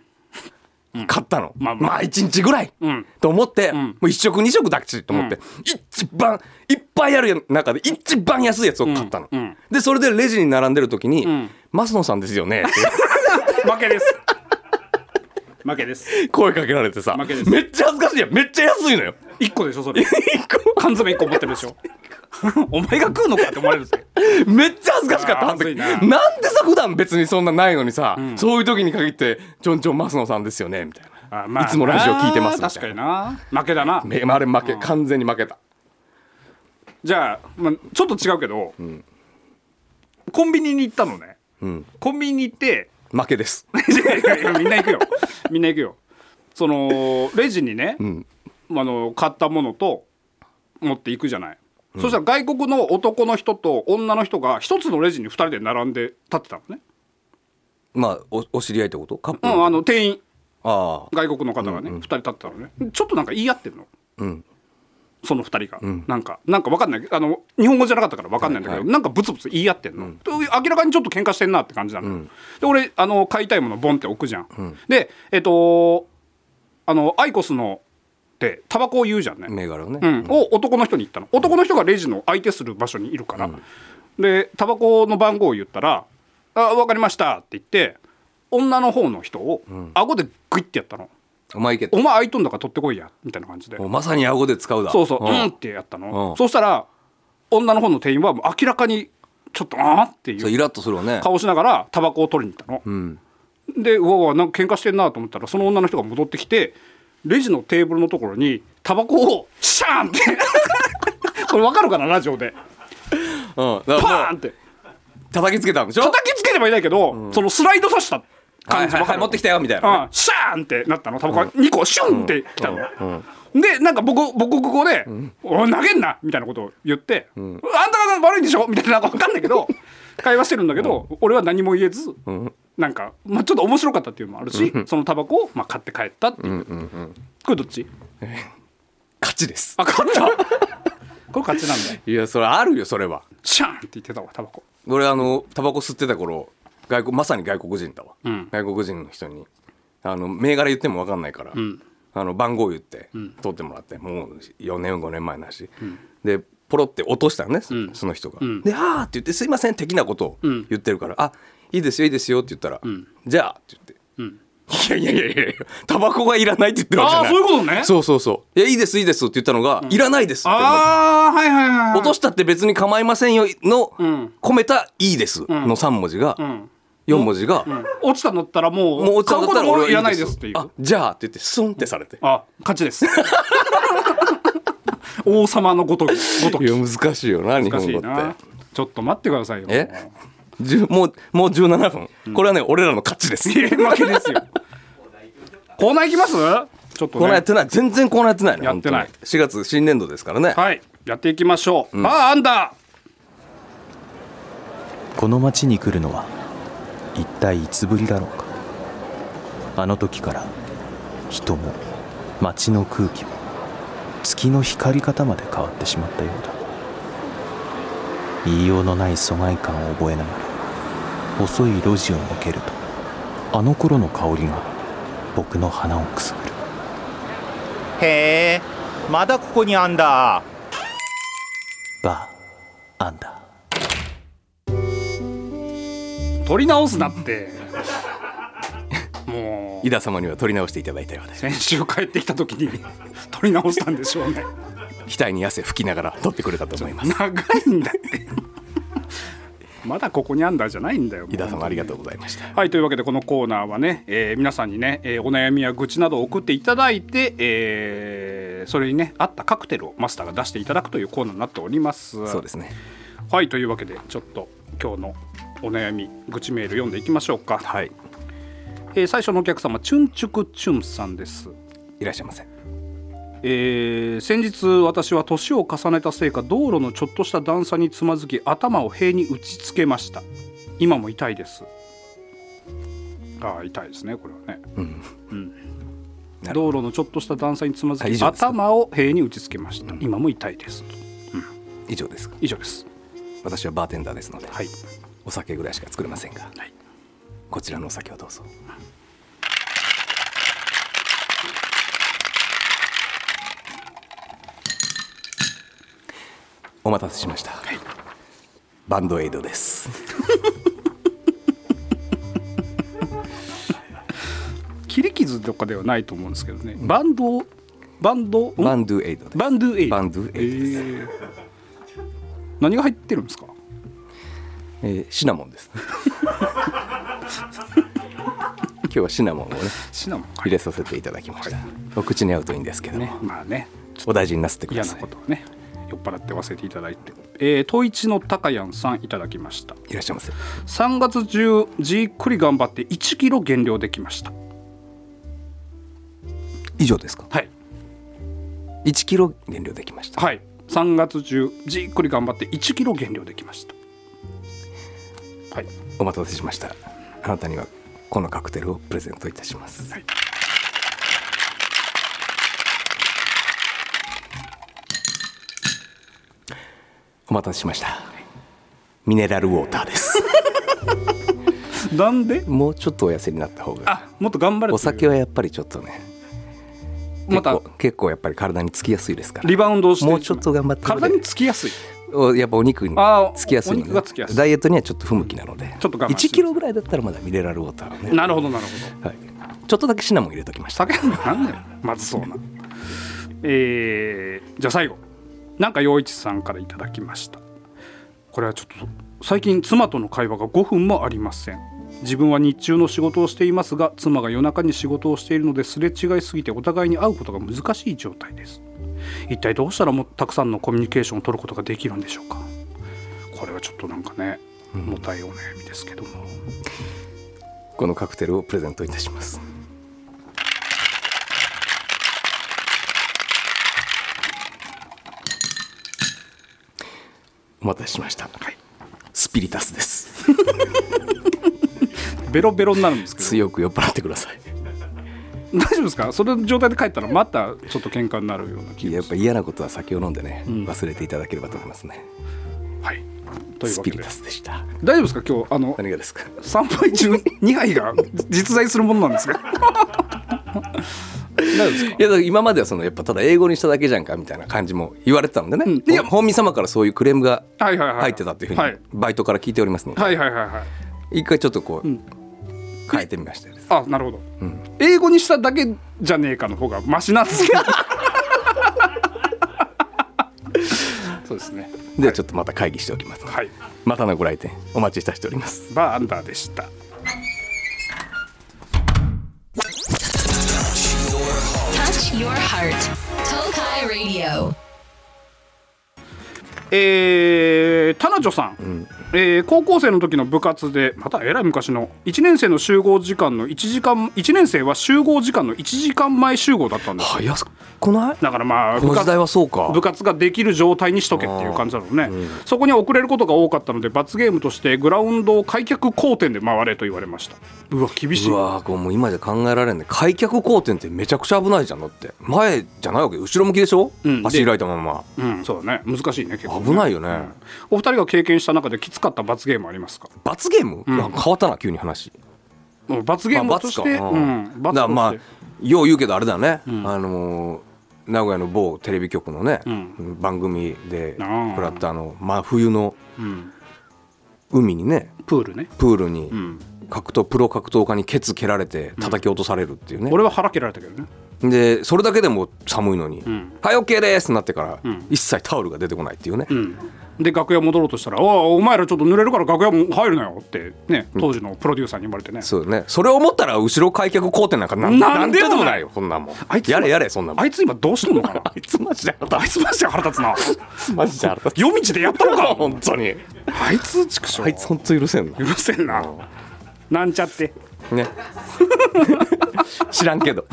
Speaker 4: 買ったの、
Speaker 3: まあまあ
Speaker 4: まあ一日ぐらい、
Speaker 3: うん
Speaker 4: と思って、もう一食二食だけと思って、
Speaker 3: う
Speaker 4: 一番いっぱいある中で一番安いやつを買ったの、
Speaker 3: うんうん
Speaker 4: でそれでレジに並んでる時に「
Speaker 3: ん
Speaker 4: マスノさんですよね」って
Speaker 3: 負けです負け *laughs* です
Speaker 4: 声かけられてさめ
Speaker 3: 負けで
Speaker 4: っ
Speaker 3: す
Speaker 4: ちゃ恥ずかしいやんめっちゃ安いのよ
Speaker 3: 一個でしょそれ缶詰一個持ってるでしょお前が食うのかって思われるぜ
Speaker 4: めっちゃ恥ずかしかっ
Speaker 3: あ
Speaker 4: た
Speaker 3: ー
Speaker 4: あの時
Speaker 3: 恥ずいな
Speaker 4: なんでさ普段別にそんなないのにさ、そういう時に限って「ちょんちょんマスノさんですよね」みたいな、
Speaker 3: あまあ
Speaker 4: いつもラジオ聞いてますみ
Speaker 3: 確
Speaker 4: た
Speaker 3: か
Speaker 4: い
Speaker 3: に
Speaker 4: な
Speaker 3: な負けだな
Speaker 4: めあれ負け完全に負けた
Speaker 3: じゃあ、まあ、ちょっと違うけど、コンビニに行ったのね、コンビニに行って
Speaker 4: 負
Speaker 3: *laughs*
Speaker 4: けです
Speaker 3: いやいやみんな行くよみんな行くよそのレジにね、まああの買ったものと持っていくじゃないそしたら外国の男の人と女の人が一つのレジに二人で並んで立ってたのね、
Speaker 4: まあおお知り合いってことカップ
Speaker 3: う
Speaker 4: ル、
Speaker 3: ん、
Speaker 4: あ
Speaker 3: あの店員
Speaker 4: あ
Speaker 3: 外国の方がね、二人立ってたのねちょっとなんか言い合ってるの、
Speaker 4: ん
Speaker 3: その二人が、なんかなんか分かんないあの日本語じゃなかったから分かんないんだけど、
Speaker 4: はい
Speaker 3: なんかブツブツ言い合ってんの、と明らかにちょっと喧嘩してんなって感じなのよ、で俺あの買いたいものボンって置くじゃん、でえっ、とあのアイコスのってタバコを言うじゃんね、
Speaker 4: 銘柄をね、
Speaker 3: うん、を男の人に言ったの男の人がレジの相手する場所にいるから、でタバコの番号を言ったら「あ分かりました」って言って女の方の人を顎でグイってやったの
Speaker 4: お前いけ
Speaker 3: 「お前開いとんだから取ってこいや」みたいな感じで
Speaker 4: *laughs* もうまさに顎で使うだ
Speaker 3: そうそう「
Speaker 4: ん
Speaker 3: うん」ってやった
Speaker 4: う
Speaker 3: の
Speaker 4: ん
Speaker 3: そうしたら女の方の店員はもう明らかにちょっと「あーってい
Speaker 4: そう
Speaker 3: う
Speaker 4: イラッとするわね
Speaker 3: *laughs* 顔しながらタバコを取りに行ったの、
Speaker 4: うん
Speaker 3: でうわうわなんか喧嘩してんなと思ったらその女の人が戻ってきてレジのテーブルのところにタバコをシャーンって *laughs* これわかるかなラジオで
Speaker 4: うんだ
Speaker 3: パ
Speaker 4: から
Speaker 3: ー
Speaker 4: も
Speaker 3: ンって
Speaker 4: う叩きつけたんでしょ
Speaker 3: 叩きつけてはいないけど、そのスライドさした
Speaker 4: は
Speaker 3: 感
Speaker 4: い
Speaker 3: じ
Speaker 4: はい
Speaker 3: わ
Speaker 4: は
Speaker 3: か
Speaker 4: い
Speaker 3: る
Speaker 4: 持ってきたよみたいな
Speaker 3: あシャーンってなったのタバコが2個シュンってきたの、でなんか僕母国語で「おい投げんな!」みたいなことを言って「あんたが悪いんでしょ?」みたいななんか分かんないけ
Speaker 4: *laughs*
Speaker 3: ど会話してるんだけど、俺は何も言えず、なんか、まあ、ちょっと面白かったっていうのもあるし、そのタバコを、まあ、買って帰ったっていう,、これどっち
Speaker 4: 勝ちです
Speaker 3: あ買った *laughs* これ勝ちなんだよ
Speaker 4: いやそれあるよそれは
Speaker 3: シャーンって言ってたわタバコ
Speaker 4: 俺あのタバコ吸ってた頃外国まさに外国人だわ、
Speaker 3: ん
Speaker 4: 外国人の人にあの銘柄言っても分かんないから、あの番号言って取ってもらって、もう4年5年前なし、でポロって落としたのね、そその人が、で「ああ」って言って「すいません」的なことを言ってるから「あいいですよいいですよ」って言ったら「じゃあ」って言って。いやいやいやいやタバコがいらないって言ってるわけじゃない
Speaker 3: あーそういうことね
Speaker 4: そうそうそう「いやいいですいいです」って言ったのが「いらないです」って思って
Speaker 3: ああはいはいはいはい
Speaker 4: 落としたって別に構いませんよの、
Speaker 3: ん
Speaker 4: 込めた「いいです」の3文字が、
Speaker 3: ん
Speaker 4: 四4文字が、
Speaker 3: 落ちたんだったらもう
Speaker 4: もう落ちたんだったら
Speaker 3: 買うことも
Speaker 4: 俺
Speaker 3: いら
Speaker 4: は
Speaker 3: ないい
Speaker 4: いで
Speaker 3: ですすっていう
Speaker 4: あじゃあって言ってスンってされて、
Speaker 3: あ勝ちです *laughs* 王様のごときごとき
Speaker 4: いや難しいよな日
Speaker 3: 難
Speaker 4: 本
Speaker 3: し
Speaker 4: 語
Speaker 3: い
Speaker 4: っ
Speaker 3: な
Speaker 4: て
Speaker 3: ちょっと待ってくださいよ
Speaker 4: えじゅもうもう17分、これはね俺らの勝ちです
Speaker 3: いや負けです
Speaker 4: *laughs*
Speaker 3: よコーナー行きますちょっと
Speaker 4: コーナーや
Speaker 3: ね
Speaker 4: ってない全然コーナーやってないの
Speaker 3: やってない
Speaker 4: 本当に4月新年度ですからね、
Speaker 3: はいやっていきましょう、バーアンダ
Speaker 1: この町に来るのは一体いつぶりだろうかあの時から人も町の空気も月の光り方まで変わってしまったようだ言いようのない疎外感を覚えながら細い路地を抜けるとあの頃の香りが僕の鼻をくすぐる
Speaker 5: へえまだここにあんだ
Speaker 1: バーアンダー
Speaker 3: ー取り直すなってもう
Speaker 4: 井田様には取り直していただいたようで
Speaker 3: 先週帰ってきた時に取り直したんでしょうね
Speaker 4: 額に汗拭きながら取ってくれたと *laughs* 思います
Speaker 3: 長いんだってまだここにあんだじゃないんだよ
Speaker 4: 井田様ありがとうございました
Speaker 3: はいというわけでこのコーナーはね、えー皆さんにね、えーお悩みや愚痴などを送っていただいて、えーそれにね合ったカクテルをマスターが出していただくというコーナーになっております。
Speaker 4: そうですね
Speaker 3: はいというわけでちょっと今日のお悩み愚痴メール読んでいきましょうか、
Speaker 4: はい
Speaker 3: えー最初のお客様チュンチュクチュンさんです。
Speaker 4: いらっしゃいませ
Speaker 3: えー先日私は年を重ねたせいか道路のちょっとした段差につまずき頭を塀に打ちつけました今も痛いですああ痛いですねこれはね、うん
Speaker 4: なる
Speaker 3: 道路のちょっとした段差につまず
Speaker 4: あ以
Speaker 3: き
Speaker 4: 上ですか
Speaker 3: 頭を塀に打ちつけました、今も痛いですと
Speaker 4: 以上ですか
Speaker 3: 以上です
Speaker 4: 私はバーテンダーですので
Speaker 3: はい
Speaker 4: お酒ぐらいしか作れませんが、
Speaker 3: はい
Speaker 4: こちらのお酒をどうぞお待たせしました、バンドエイドです
Speaker 3: 切り傷とかではないと思うんですけどねバンドバンドん
Speaker 4: バンドゥエイドです
Speaker 3: バンドゥエイド
Speaker 4: バンドゥエイドです、
Speaker 3: えー何が入ってるんですか
Speaker 4: えーシナモンです *laughs* 今日はシナモンをね
Speaker 3: シナモンか
Speaker 4: 入れさせていただきました、お口に合うといいんですけども、
Speaker 3: ねまあね
Speaker 4: お大事になさってくだ
Speaker 3: 嫌な
Speaker 4: さい
Speaker 3: ことをね酔っ払って忘れていただいて、えー、統一の高やんさんいただきました
Speaker 4: いらっしゃいませ
Speaker 3: 3月中じっくり頑張って1キロ減量できました
Speaker 4: 以上ですか
Speaker 3: はい
Speaker 4: 1キロ減量できました
Speaker 3: はい3月中じっくり頑張って1キロ減量できましたはい
Speaker 4: お待たせしましたあなたにはこのカクテルをプレゼントいたします、
Speaker 3: はい
Speaker 4: お待たせしましたミネラルウォーターです
Speaker 3: なんで
Speaker 4: もうちょっとお痩せになった方が
Speaker 3: あもっと頑張れという
Speaker 4: お酒はやっぱりちょっとね
Speaker 3: また
Speaker 4: 結構結構やっぱり体につきやすいですから
Speaker 3: リバウンドをして
Speaker 4: もうちょっと頑張って
Speaker 3: 体につきやすい
Speaker 4: おやっぱお肉に
Speaker 3: あー
Speaker 4: つきやすいの
Speaker 3: お
Speaker 4: で
Speaker 3: 肉がつきやすい
Speaker 4: ダイエットにはちょっと不向きなので
Speaker 3: ちょっと我慢して
Speaker 4: 1キロぐらいだったらまだミネラルウォーターをね、
Speaker 3: なるほどなるほど
Speaker 4: はい、ちょっとだけシナモン入れときました
Speaker 3: 酒飲んでなんだよまずそうなえーじゃあ最後なんか陽一さんからいただきましたこれはちょっと最近妻との会話が5分もありません自分は日中の仕事をしていますが妻が夜中に仕事をしているのですれ違いすぎてお互いに会うことが難しい状態です一体どうしたらもっとたくさんのコミュニケーションを取ることができるんでしょうかこれはちょっとなんかねもたいお悩みですけども、
Speaker 4: このカクテルをプレゼントいたしますお待たせしました、スピリタスです
Speaker 3: ベロベロになるんですけど
Speaker 4: 強く酔っ払ってください
Speaker 3: 大丈夫ですかそれの状態で帰ったらまたちょっと喧嘩になるような気が
Speaker 4: やっぱ嫌なことは酒を飲んでね、忘れていただければと思いますね
Speaker 3: はいという
Speaker 4: ス
Speaker 3: わけ
Speaker 4: ピ
Speaker 3: で
Speaker 4: リタスでした
Speaker 3: 大丈夫ですか今日あの
Speaker 4: 何がですか
Speaker 3: 3杯中2杯が実在するものなんですか
Speaker 4: *laughs*
Speaker 3: 大丈夫ですか
Speaker 4: いやだから今まではそのやっぱただ英語にしただけじゃんかみたいな感じも言われてたのでね、
Speaker 3: んいや
Speaker 4: ほん本人様からそういうクレームが
Speaker 3: はいはいはい
Speaker 4: 入ってたっていうふ
Speaker 3: は
Speaker 4: う
Speaker 3: い
Speaker 4: にバイトから聞いておりますので、
Speaker 3: はいはいはいはい
Speaker 4: 一回ちょっとこう、変えてみましたよ
Speaker 3: あなるほど、英語にしただけじゃねえかの方がマシなんですけど
Speaker 4: *laughs*
Speaker 3: そうですね
Speaker 4: ではちょっとまた会議しておきます、
Speaker 3: はい
Speaker 4: またのご来店お待ちいたしております
Speaker 3: バーアンダーでした
Speaker 2: Touch your heart. Tokai Radio.
Speaker 3: えー、タナジョさん、えー高校生の時の部活でまたえらい昔の1年生の集合時間の1時間1年生は集合時間の1時間前集合だったんですよ
Speaker 4: 早くない
Speaker 3: だからまあ
Speaker 4: この
Speaker 3: 部
Speaker 4: 時
Speaker 3: 活
Speaker 4: 代はそうか
Speaker 3: 部活ができる状態にしとけっていう感じだろうね、そこに遅れることが多かったので罰ゲームとしてグラウンドを開脚交点で回れと言われましたうわ厳しいう
Speaker 4: わーこうもう今じゃ考えられんね開脚交点ってめちゃくちゃ危ないじゃんだって前じゃないわけ後ろ向きでしょ、
Speaker 3: うん
Speaker 4: 足開いたまま
Speaker 3: うん、そうだね難しいね結構ね
Speaker 4: 危ないよね
Speaker 3: うんお二人が経験した中できつかった罰ゲームありますか
Speaker 4: 罰ゲーム、うわ変わったな急に話
Speaker 3: うん罰ゲーム
Speaker 4: まあ
Speaker 3: と
Speaker 4: 罰
Speaker 3: し
Speaker 4: か
Speaker 3: て、
Speaker 4: う
Speaker 3: うん
Speaker 4: ん、だ
Speaker 3: 罰
Speaker 4: か
Speaker 3: と
Speaker 4: ら
Speaker 3: して
Speaker 4: まあよう言うけどあれだね、あのー名古屋の某テレビ局のね、
Speaker 3: ん
Speaker 4: 番組で
Speaker 3: あー
Speaker 4: フラッターの真冬の
Speaker 3: うん、
Speaker 4: 海にね
Speaker 3: プールね
Speaker 4: プールに
Speaker 3: ん
Speaker 4: 格闘プロ格闘家にケツ蹴られて叩き落とされるっていうね、
Speaker 3: 俺は腹蹴られたけどね
Speaker 4: でそれだけでも寒いのに「
Speaker 3: ん
Speaker 4: はい OK です」ってなってから、
Speaker 3: ん
Speaker 4: 一切タオルが出てこないっていうね、
Speaker 3: うんで楽屋戻ろうとしたら「おいお前らちょっと濡れるから楽屋も入るなよ」ってね当時のプロデューサーに言われてね、
Speaker 4: そうねそれを思ったら後ろ開脚工程なんかなん
Speaker 3: なんでもない
Speaker 4: とでもないよそんなもん
Speaker 3: あいつ
Speaker 4: やれやれそんなもん
Speaker 3: あいつ今どうしてんのかな
Speaker 4: *laughs* あいつマジで
Speaker 3: あいつマジで腹立つな
Speaker 4: マジで腹立つ
Speaker 3: 夜道でやったのか
Speaker 4: *laughs* 本当に
Speaker 3: あいつ畜生
Speaker 4: あいつ本当許せんな
Speaker 3: 許せんななんちゃって
Speaker 4: ね *laughs* 知らんけど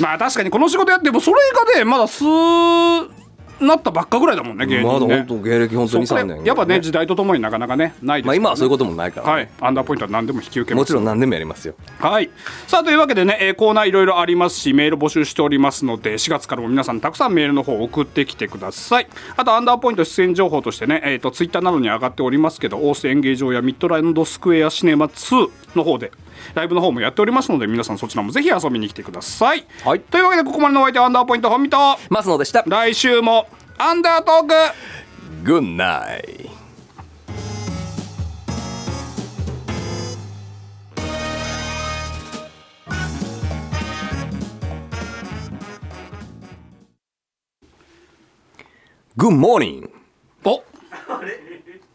Speaker 3: まあ確かにこの仕事やってもそれがねまだすなったばっかぐらいだもんね芸人ね
Speaker 4: まだ本当芸歴本当に
Speaker 3: そうこれ
Speaker 4: 23年
Speaker 3: やっぱね時代とともになかなかねないです
Speaker 4: まあ
Speaker 3: からね
Speaker 4: 今はそういうこともないから、
Speaker 3: はいアンダーポイントは何でも引き受けま
Speaker 4: も
Speaker 3: す
Speaker 4: ちろん何でもやりますよ
Speaker 3: はい、さあというわけでね、えーコーナーいろいろありますしメール募集しておりますので4月からも皆さんたくさんメールの方送ってきてくださいあとアンダーポイント出演情報としてね、えー、とツイッターなどに上がっておりますけど大須演芸場やミッドランドスクエアシネマ2の方でライブの方もやっておりますので皆さんそちらもぜひ遊びに来てください、
Speaker 4: はい
Speaker 3: というわけでここまでのお相手はアンダーポイント本見と
Speaker 4: マスノでした
Speaker 3: 来週もアンダートーク
Speaker 4: グッナイグッモーニング *laughs*
Speaker 3: お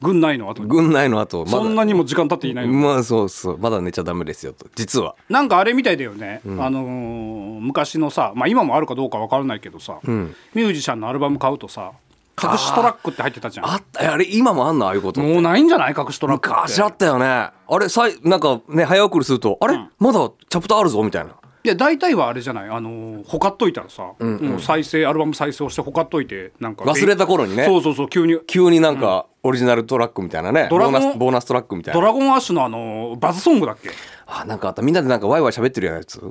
Speaker 3: 軍内の後に
Speaker 4: グッナイの後まだ
Speaker 3: そんなにも時間経っていないのに
Speaker 4: まあそうそうまだ寝ちゃダメですよと実は
Speaker 3: なんかあれみたいだよね、あのー昔のさ、まあ、今もあるかどうかわからないけどさ、ミュージシャンのアルバム買うとさ隠しトラックって入ってたじゃん
Speaker 4: あったあれ今もあんのああいうこと
Speaker 3: もうないんじゃない隠しトラックって
Speaker 4: 昔あったよねあれさいなんかね早送りするとあれ、まだチャプターあるぞみたいな
Speaker 3: いや大体はあれじゃないあのほかっといたらさ、もう再生アルバム再生をしてほかっといてなんか
Speaker 4: 忘れた頃にね
Speaker 3: そうそうそう急に
Speaker 4: 急になんかオリジナルトラックみたいなね
Speaker 3: ド
Speaker 4: ボ
Speaker 3: ラ
Speaker 4: ー
Speaker 3: ゴン
Speaker 4: ナスボーナストラックみたい
Speaker 3: ド
Speaker 4: な
Speaker 3: ラゴンアッシュのあのバズソングだっけ
Speaker 4: あなんかあったみんなでなんかワイワイ喋ってるようなやつ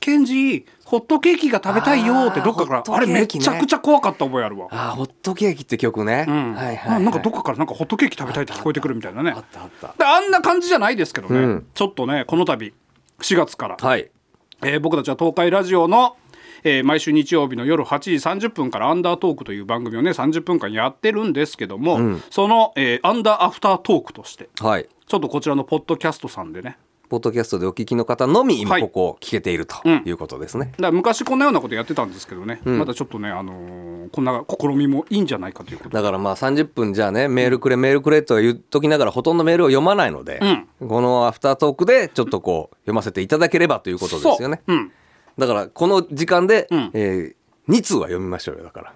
Speaker 3: ケンジホットケーキが食べたいよってどっかから
Speaker 4: あー
Speaker 3: あ,、れ
Speaker 4: ホッ
Speaker 3: め
Speaker 4: トケー
Speaker 3: ち
Speaker 4: キね
Speaker 3: ゃくちゃ怖かった覚えあるわ、
Speaker 4: あーホットケーキって曲ね、
Speaker 3: うん
Speaker 4: はいはい、はい、
Speaker 3: なんかどっかからなんかホットケーキ食べたいって聞こえてくるみたいなね
Speaker 4: あったあった
Speaker 3: であんな感じじゃないですけどね、
Speaker 4: うん
Speaker 3: ちょっとねこの度4月から、
Speaker 4: はい
Speaker 3: えー僕たちは東海ラジオの、えー毎週日曜日の夜8時30分から「アンダートーク」という番組をね30分間やってるんですけども、その、えーアンダーアフタートーク」として
Speaker 4: はい
Speaker 3: ちょっとこちらのポッドキャストさんでね
Speaker 4: ポッドキャストでお聞きの方のみ
Speaker 3: は
Speaker 4: 今
Speaker 3: い
Speaker 4: ここを聞けているということですね、
Speaker 3: だから昔こんなようなことやってたんですけどね、まだちょっとね、あのーこんな試みもいいんじゃないかということで
Speaker 4: だからまあ30分じゃあねメールくれメールくれとは言っときながらほとんどメールを読まないので、このアフタートークでちょっとこう読ませていただければということですよね、
Speaker 3: そううん
Speaker 4: だからこの時間で、
Speaker 3: ん
Speaker 4: え2通は読みましょうよだから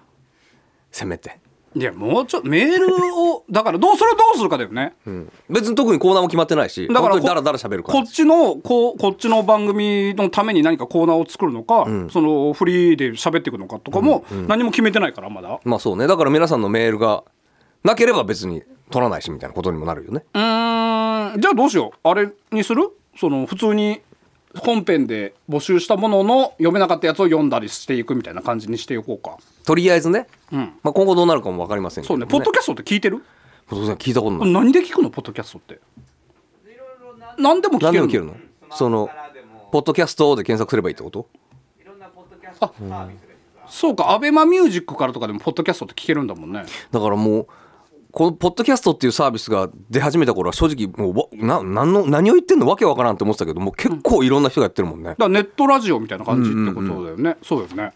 Speaker 4: せめて、
Speaker 3: いやもうちょっとメールをだからどうそれどうするかだよね、
Speaker 4: うん別に特にコーナーも決まってないし
Speaker 3: だから
Speaker 4: 本当に
Speaker 3: こ
Speaker 4: ダラダラ喋る
Speaker 3: こ
Speaker 4: 感
Speaker 3: っ
Speaker 4: じ
Speaker 3: ちのこうこっちの番組のために何かコーナーを作るのか、そのフリーで喋っていくのかとかも何も決めてないからまだ、
Speaker 4: まあそうねだから皆さんのメールがなければ別に取らないしみたいなことにもなるよね
Speaker 3: うーんじゃあどうしようあれにするその普通に本編で募集したものの読めなかったやつを読んだりしていくみたいな感じにしていこうか
Speaker 4: とりあえずね、
Speaker 3: ん
Speaker 4: まあ、今後どうなるかも分かりませんけ
Speaker 3: そ
Speaker 4: ど
Speaker 3: う
Speaker 4: ね
Speaker 3: ねポッドキャストって聞いてる
Speaker 4: ポッドキャスト聞いたことない
Speaker 3: 何で聞くのポッドキャストって何でも聞
Speaker 4: 何
Speaker 3: け
Speaker 4: で
Speaker 3: る
Speaker 4: も聞けるのそのポッドキャストで検索すればいいってこと
Speaker 3: そうかアベマミュージックからとかでもポッドキャストって聞けるんだもんね
Speaker 4: だからもうこのポッドキャストっていうサービスが出始めた頃は正直もうわな何の何を言ってんのわけわからんって思ってたけどもう結構いろんな人がやってるもんね、
Speaker 3: だからネットラジオみたいな感じってことだよね、そうよね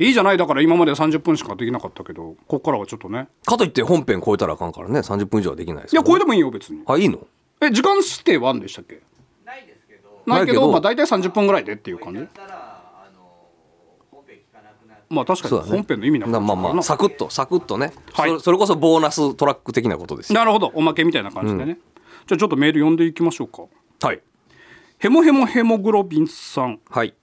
Speaker 3: いいじゃないだから今までは30分しかできなかったけどここからはちょっとね
Speaker 4: かといって本編超えたらあかんからね30分以上はできないです
Speaker 3: い
Speaker 4: け
Speaker 3: や
Speaker 4: ど
Speaker 3: これでもいいよ別に
Speaker 4: あいいの
Speaker 3: え時間指定はあるんでしたっけないですけどないけ
Speaker 4: ないけ
Speaker 3: ど
Speaker 4: ど
Speaker 3: まあ大体30分ぐらいでっていう感じまあ確か
Speaker 4: そう
Speaker 3: に
Speaker 4: だね
Speaker 3: 本編の意味な
Speaker 4: だ
Speaker 3: くな
Speaker 4: から
Speaker 3: っちゃうから
Speaker 4: まあま
Speaker 3: な
Speaker 4: あサクッとサクッとね、
Speaker 3: はい
Speaker 4: それそれこそボーナストラック的なことですよ
Speaker 3: なるほどおまけみたいな感じでね、じゃあちょっとメール読んでいきましょうか
Speaker 4: はい
Speaker 3: ヘモヘモヘモグロビンさん
Speaker 4: はい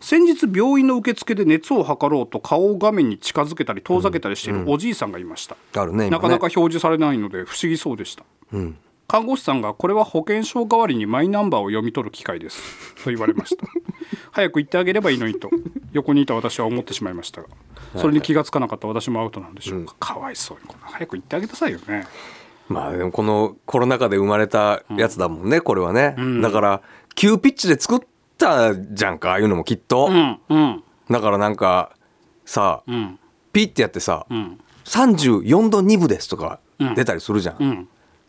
Speaker 3: 先日病院の受付で熱を測ろうと顔を画面に近づけたり遠ざけたりしているおじいさんがいました、
Speaker 4: あるね今ね
Speaker 3: なかなか表示されないので不思議そうでした、看護師さんがこれは保険証代わりにマイナンバーを読み取る機械です *laughs* と言われました *laughs* 早く行ってあげればいいのにと横にいた私は思ってしまいましたがそれに気がつかなかった私もアウトなんでしょうか、かわいそうにこんな早く行ってあげなさいよね
Speaker 4: まあでもこのコロナ禍で生まれたやつだもんね、これはね、だから急ピッチで作ったじゃんかああいうのもきっと、
Speaker 3: うんうん
Speaker 4: だからなんかさ、
Speaker 3: ん
Speaker 4: ピッてやってさ、
Speaker 3: ん
Speaker 4: 34度2分ですとか出たりするじゃん、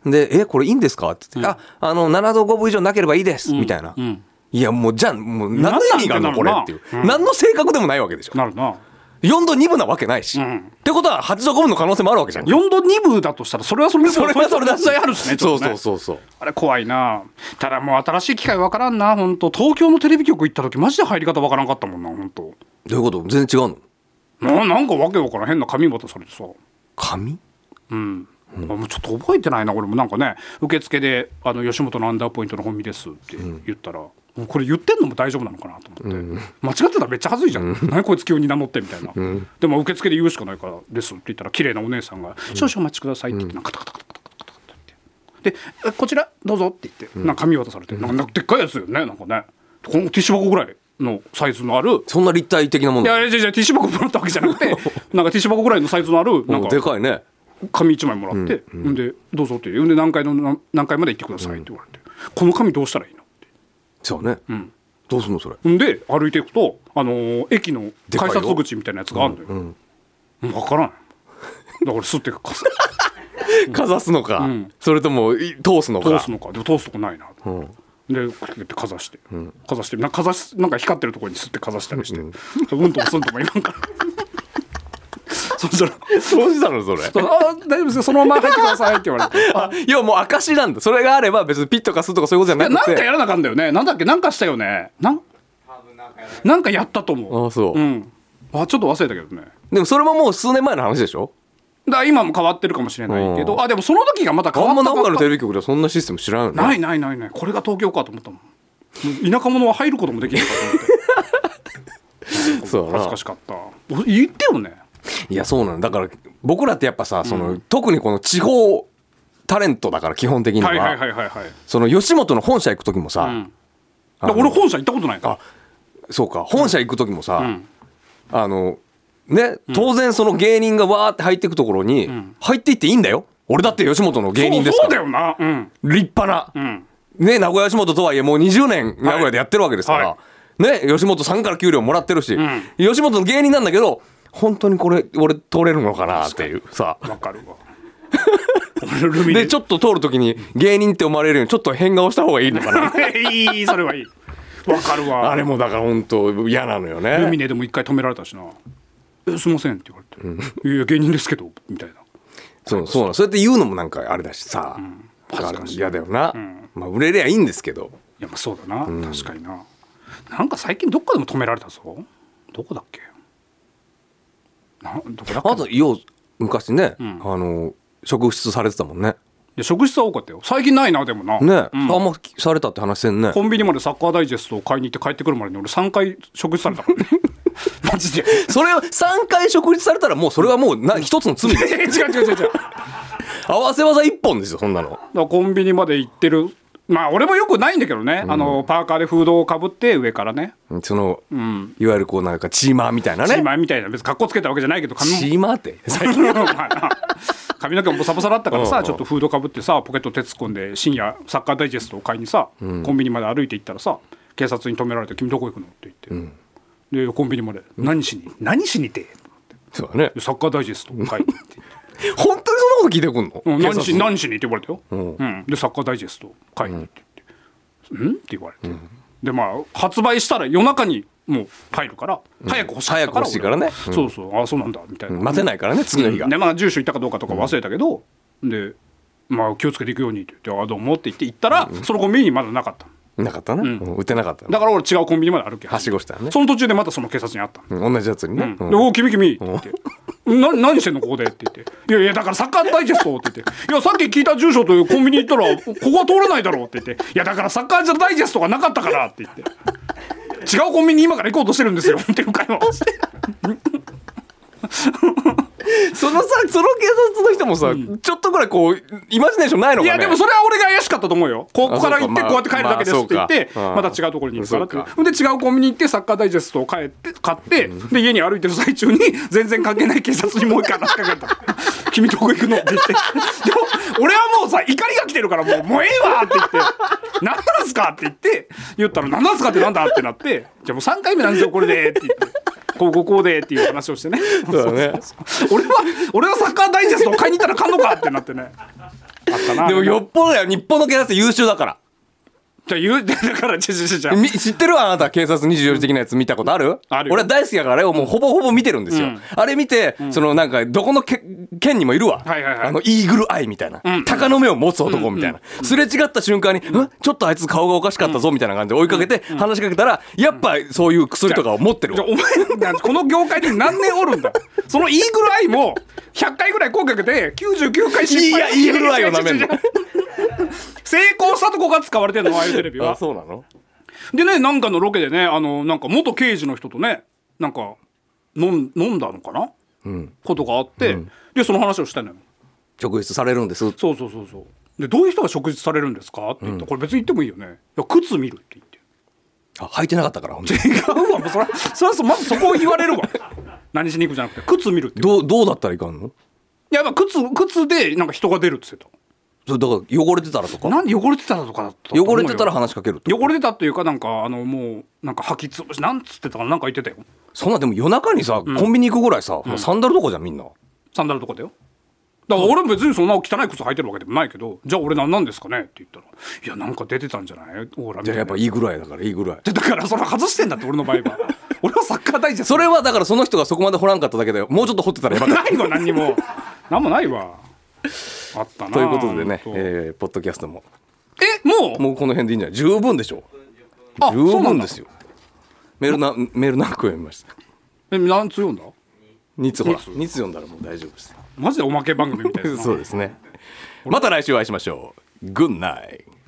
Speaker 3: うん
Speaker 4: で「えこれいいんですか?」って言ってああの7度5分以上なければいいです」みたいな、
Speaker 3: ん
Speaker 4: いやもうじゃあもう何の意味があるの
Speaker 3: なん
Speaker 4: こ
Speaker 3: な
Speaker 4: れ
Speaker 3: んだ
Speaker 4: って
Speaker 3: ろ
Speaker 4: いうう、
Speaker 3: なうん
Speaker 4: 何の正確でもないわけでしょ
Speaker 3: なるな
Speaker 4: 4度2分なわけないし、
Speaker 3: ん
Speaker 4: ってことは8度5分の可能性もあるわけじゃん
Speaker 3: 4度2分だとしたらそれはそれで
Speaker 4: それはそれだし
Speaker 3: 問題あるしねちょ
Speaker 4: そ
Speaker 3: っ
Speaker 4: う
Speaker 3: とね
Speaker 4: そうそうそう
Speaker 3: あれ怖いなただもう新しい機械わからんな本当東京のテレビ局行った時マジで入り方わからんかったもんな本当
Speaker 4: どういうこと全然違うの
Speaker 3: ななんかわけわからん変な紙渡されてさ
Speaker 4: 紙
Speaker 3: うん、もうちょっと覚えてないな俺もなんかね受付で「あの吉本のアンダーポイントの本身です」って言ったら、もうこれ言ってんのも大丈夫なのかなと思って、間違ってたらめっちゃ恥ずいじゃん、何こいつ急に名乗ってみたいな、でも受付で言うしかないから「です」って言ったら綺麗なお姉さんが「少々お待ちください」って言ってなんかカタカタカタカタカタカタって言って「でえこちらどうぞ」って言ってなんか紙渡されて、なんかなんかでっかいやつよねなんかねこのティッシュ箱ぐらいのサイズのある
Speaker 4: そんな立体的なも
Speaker 3: い
Speaker 4: の
Speaker 3: やいやいやいやティッシュ箱もらったわけじゃ *laughs* なくてなんかティッシュ箱ぐらいのサイズのあるなん
Speaker 4: も
Speaker 3: か
Speaker 4: うでかいね
Speaker 3: 紙1枚もらって、んで「どうぞ」って言うんで何階のな何階まで行ってくださいって言われて、この紙どうしたらいいのって
Speaker 4: そうね、どうすんのそれ
Speaker 3: んで歩いていくと、あのー駅の
Speaker 4: でかい
Speaker 3: 改
Speaker 4: よ
Speaker 3: 札口みたいなやつがあるのよ、分からないだからす *laughs* ってか
Speaker 4: かざすのか、それともい通すの
Speaker 3: 通
Speaker 4: か *laughs*
Speaker 3: すのかでも通すとこないな、でこうやってかざして、かざしてなんかかざしなんか光ってるところにすってかざしたりして、うん、ともすんともいらんからそしたら *laughs*
Speaker 4: そうしたのそ
Speaker 3: 「
Speaker 4: れ
Speaker 3: あー大丈夫ですよそのまま入ってください」って言われて。
Speaker 4: *laughs* あいやもう証なんだそれがあれば別にピッとかすとかそういうことじゃ
Speaker 3: いやな
Speaker 4: なんく
Speaker 3: か
Speaker 4: て
Speaker 3: やらなあかんだよねなんだっけなんかしたよねなんなんかやったと思う
Speaker 4: ああそう
Speaker 3: うんあちょっと忘れたけどねだか
Speaker 4: でもそれももう数年前の話でしょ
Speaker 3: ら今も変わってるかもしれないけ
Speaker 4: う
Speaker 3: どあでもその時がまた変
Speaker 4: あ
Speaker 3: わ
Speaker 4: んま
Speaker 3: ったば
Speaker 4: 名
Speaker 3: っか
Speaker 4: 古屋のテレビ局ではそんなシステム知らんよね
Speaker 3: ないないないないこれが東京かと思ったもんもう田舎者は入ることもできないかと思って
Speaker 4: そうやな
Speaker 3: 恥ずかしかったお言ってよね
Speaker 4: いやそうなのだから僕らってやっぱさその、特にこの地方タレントだから基本的には,、
Speaker 3: はいはいはいはいはい
Speaker 4: その吉本の本社行く時もさ、
Speaker 3: ん
Speaker 4: あ
Speaker 3: だ
Speaker 4: の
Speaker 3: から俺本社行ったことないから
Speaker 4: あそうか本社行く時もさ、
Speaker 3: ん
Speaker 4: あのね当然その芸人がわーって入っていくところに、入っていっていいんだよ俺だって吉本の芸人です
Speaker 3: そうそ
Speaker 4: か
Speaker 3: うだ
Speaker 4: ら
Speaker 3: よなうん
Speaker 4: 立派な、
Speaker 3: ん
Speaker 4: ね名古屋吉本とはいえもう20年名古屋でやってるわけですから、
Speaker 3: は
Speaker 4: ね吉本さんから給料もらってるし、
Speaker 3: ん
Speaker 4: 吉本の芸人なんだけど本当にこれ俺通れるのかなっていうさ
Speaker 3: わか
Speaker 4: *laughs*
Speaker 3: るわ俺ルミネ
Speaker 4: でちょっと通る時に芸人って思われるようにちょっと変顔した方がいいのかな
Speaker 3: *laughs* いいそれはいいわかるわ
Speaker 4: あれもだから本当嫌なのよね
Speaker 3: ルミネでも一回止められたしな「えすいません」って言われて「いや芸人ですけど」みたいな
Speaker 4: そうそうなのそうやって言うのもなんかあれだしさ、
Speaker 3: 恥ずかしい
Speaker 4: 嫌だよな、
Speaker 3: ん
Speaker 4: まあ売れりゃいいんですけど
Speaker 3: いやまあそうだな、確かにななんか最近どっかでも止められたぞどこだっけなどこだっけ
Speaker 4: あとよう昔ね、
Speaker 3: ん
Speaker 4: あの職質されてたもんね
Speaker 3: いや職質は多かったよ最近ないなでもな
Speaker 4: ね、
Speaker 3: うん
Speaker 4: あんまされたって話せんね
Speaker 3: コンビニまでサッカーダイジェストを買いに行って帰ってくるまでに俺3回職質されたから *laughs* ねマジで
Speaker 4: それを3回職質されたらもうそれはもうな一つの罪です
Speaker 3: 違う
Speaker 4: *laughs*
Speaker 3: 違う違う違うだか
Speaker 4: 合わせ技一本ですよそんなの
Speaker 3: らコンビニまで行ってるまあ俺もよくないんだけどね、あのパーカーでフードをかぶって上からね
Speaker 4: その、いわゆるこうなんかチーマーみたいな
Speaker 3: チー
Speaker 4: ね
Speaker 3: マーみたいな別に格好つけたわけじゃないけど髪も
Speaker 4: チーマーって
Speaker 3: 最近 *laughs* 髪の毛もボサボサだったから
Speaker 4: うんう
Speaker 3: さ
Speaker 4: ん
Speaker 3: ちょっとフードかぶってさポケット手突っ込んで深夜サッカーダイジェストを買いにさコンビニまで歩いて行ったらさ警察に止められて「君どこ行くの?」って言ってでコンビニまで「何しに何しにって?」
Speaker 4: そうだね
Speaker 3: サッカーダイジェストを買いに行
Speaker 4: *laughs*
Speaker 3: って
Speaker 4: 本当にそんなこと聞いてくんの、
Speaker 3: うん
Speaker 4: 警
Speaker 3: 何
Speaker 4: 察
Speaker 3: し何しにって言われたよ、うんでサッカーダイジェスト買いに行って言って「うん?」って言われてでまあ発売したら夜中にもう入るから早く欲しかったから
Speaker 4: 早く欲しいからね
Speaker 3: 俺はそうそうああそうなんだみたいな
Speaker 4: 待てないからね次の日が、
Speaker 3: でまあ住所行ったかどうかとか忘れたけど、で、まあ、気をつけていくようにって言って「あどうも」って言って行ったら、そのコンビニにまだなかった
Speaker 4: なかったね、うん打てなかったね
Speaker 3: だから俺違うコンビニまで歩き始めた
Speaker 4: はしごしたよね
Speaker 3: その途中でまたその警察に会ったの
Speaker 4: うん同じやつにね、うん
Speaker 3: でおお君君」って言って「な何してんのここで」って言って「いやいやだからサッカーダイジェスト」って言って「いやさっき聞いた住所というコンビニ行ったらここは通らないだろ」って言って「いやだからサッカーダイジェストがなかったから」って言って「違うコンビニ今から行こうとしてるんですよ」っていう会話をして
Speaker 4: そのさその警察の人もさ、ちょっとぐらいこうイマジネーションないの
Speaker 3: い
Speaker 4: か
Speaker 3: や
Speaker 4: ね
Speaker 3: でもそれは俺が怪しかったと思うよここから行って
Speaker 4: あ
Speaker 3: こ
Speaker 4: そ
Speaker 3: や
Speaker 4: うう
Speaker 3: っ
Speaker 4: か
Speaker 3: て帰るだけですって言って
Speaker 4: まあまあそうか
Speaker 3: また違うところに行くからっ
Speaker 4: そ
Speaker 3: てで違うコンビニ行ってサッカーダイジェストを買って買ってで家に歩いてる最中に全然関係ない警察にもう一回話しか
Speaker 4: *laughs*
Speaker 3: けた君どこ行くの?」って言ってでも俺はもうさ怒りが来てるからもう「もうええわ!」って言って「何なんすか?」って言って言ったら「何なんすか?」ってなんだってなって「じゃあもう3回目なんですよこれで」って言って。こうこうこうでっていう話をして
Speaker 4: *laughs*
Speaker 3: ね
Speaker 4: そうだね
Speaker 3: 俺は俺はサッカーダイジェストを買いに行ったら買んのかってなってねあったな
Speaker 4: でもよっぽどだよ日本の警察優秀だから
Speaker 3: じゃあ言うだからちょちょちょちょ
Speaker 4: み知ってるわあなた警察24時的なやつ見たことある
Speaker 3: あるよ
Speaker 4: 俺は大好きだからあれをもうほぼほぼ見てるんですよ、あれ見て、そのなんかどこのけ県にもいるわ、
Speaker 3: はいはいはい
Speaker 4: あのイーグルアイみたいな、鷹の目を持つ男みたいな、すれ違った瞬間に、んちょっとあいつ顔がおかしかったぞみたいな感じで追いかけて話しかけたら、やっぱそういう薬とかを持ってる
Speaker 3: じゃ
Speaker 4: わ
Speaker 3: あお前なんかこの業界に何年おるんだ *laughs* そのイーグルアイも100回ぐらい声かけて99回失敗
Speaker 4: いやイーグルアイを舐めんの
Speaker 3: 違う違う違う成功したとこが使われてるのああいうテレビは
Speaker 4: そうなの
Speaker 3: でねなんかのロケでねあのなんか元刑事の人とねなんか飲ん飲んだのかな、ことがあって、でその話をしたのよ
Speaker 4: 直出されるんです
Speaker 3: そうそうそうそうでどういう人が食事されるんですかって言って、これ別に言ってもいいよねいや靴見るって言って
Speaker 4: あ履いてなかったから本当に
Speaker 3: 違うわもうそれそれそまずそこを言われるわ何しに行くじゃなくて靴見るってい
Speaker 4: *laughs* どうどうだったらいかんの
Speaker 3: やまあ靴靴でなんか人が出るっつって
Speaker 4: それだから汚れてたらと
Speaker 3: た
Speaker 4: か
Speaker 3: なんで汚れてたらとかだったと思
Speaker 4: 汚
Speaker 3: うよ
Speaker 4: れてたら話しかけるってこと
Speaker 3: 汚れてたっていうかなんかあのもうなんか履きつぶしなんつってたかななんか言ってたよ
Speaker 4: そんなでも夜中にさ、コンビニ行くぐらいさ、サンダルとかじゃんみんな
Speaker 3: サンダルとかだよだから俺も別にそんな汚い靴履いてるわけでもないけどじゃあ俺何なんですかねって言ったらいやなんか出てたんじゃないオーラみ
Speaker 4: じ
Speaker 3: た
Speaker 4: ゃ
Speaker 3: い
Speaker 4: あ
Speaker 3: な
Speaker 4: やっぱいいぐらいだからいいぐらい
Speaker 3: でだからそれ外してんだって俺の場合
Speaker 4: *laughs*
Speaker 3: は俺はサッカー大事
Speaker 4: それはだからその人がそこまで掘らんかっただけでもうちょっと掘ってたらやばかっ
Speaker 3: ないわ何にも何もないわあったな
Speaker 4: *laughs* たということでね、
Speaker 3: 本当
Speaker 4: えーポッドキャストも
Speaker 3: えもう
Speaker 4: もうこの辺でいいんじゃない十分でしょ
Speaker 3: あ
Speaker 4: 十
Speaker 3: そうなん
Speaker 4: 分
Speaker 3: だ
Speaker 4: ですよメールなメール何個読みました
Speaker 3: え何通読んだ
Speaker 4: 2つほ
Speaker 3: 二
Speaker 4: ら
Speaker 3: 通
Speaker 4: 2つ読んだらもう大丈夫です *laughs*
Speaker 3: *laughs* マジでおまけ番組みたいな
Speaker 4: そうですねまた来週お会いしましょう Good night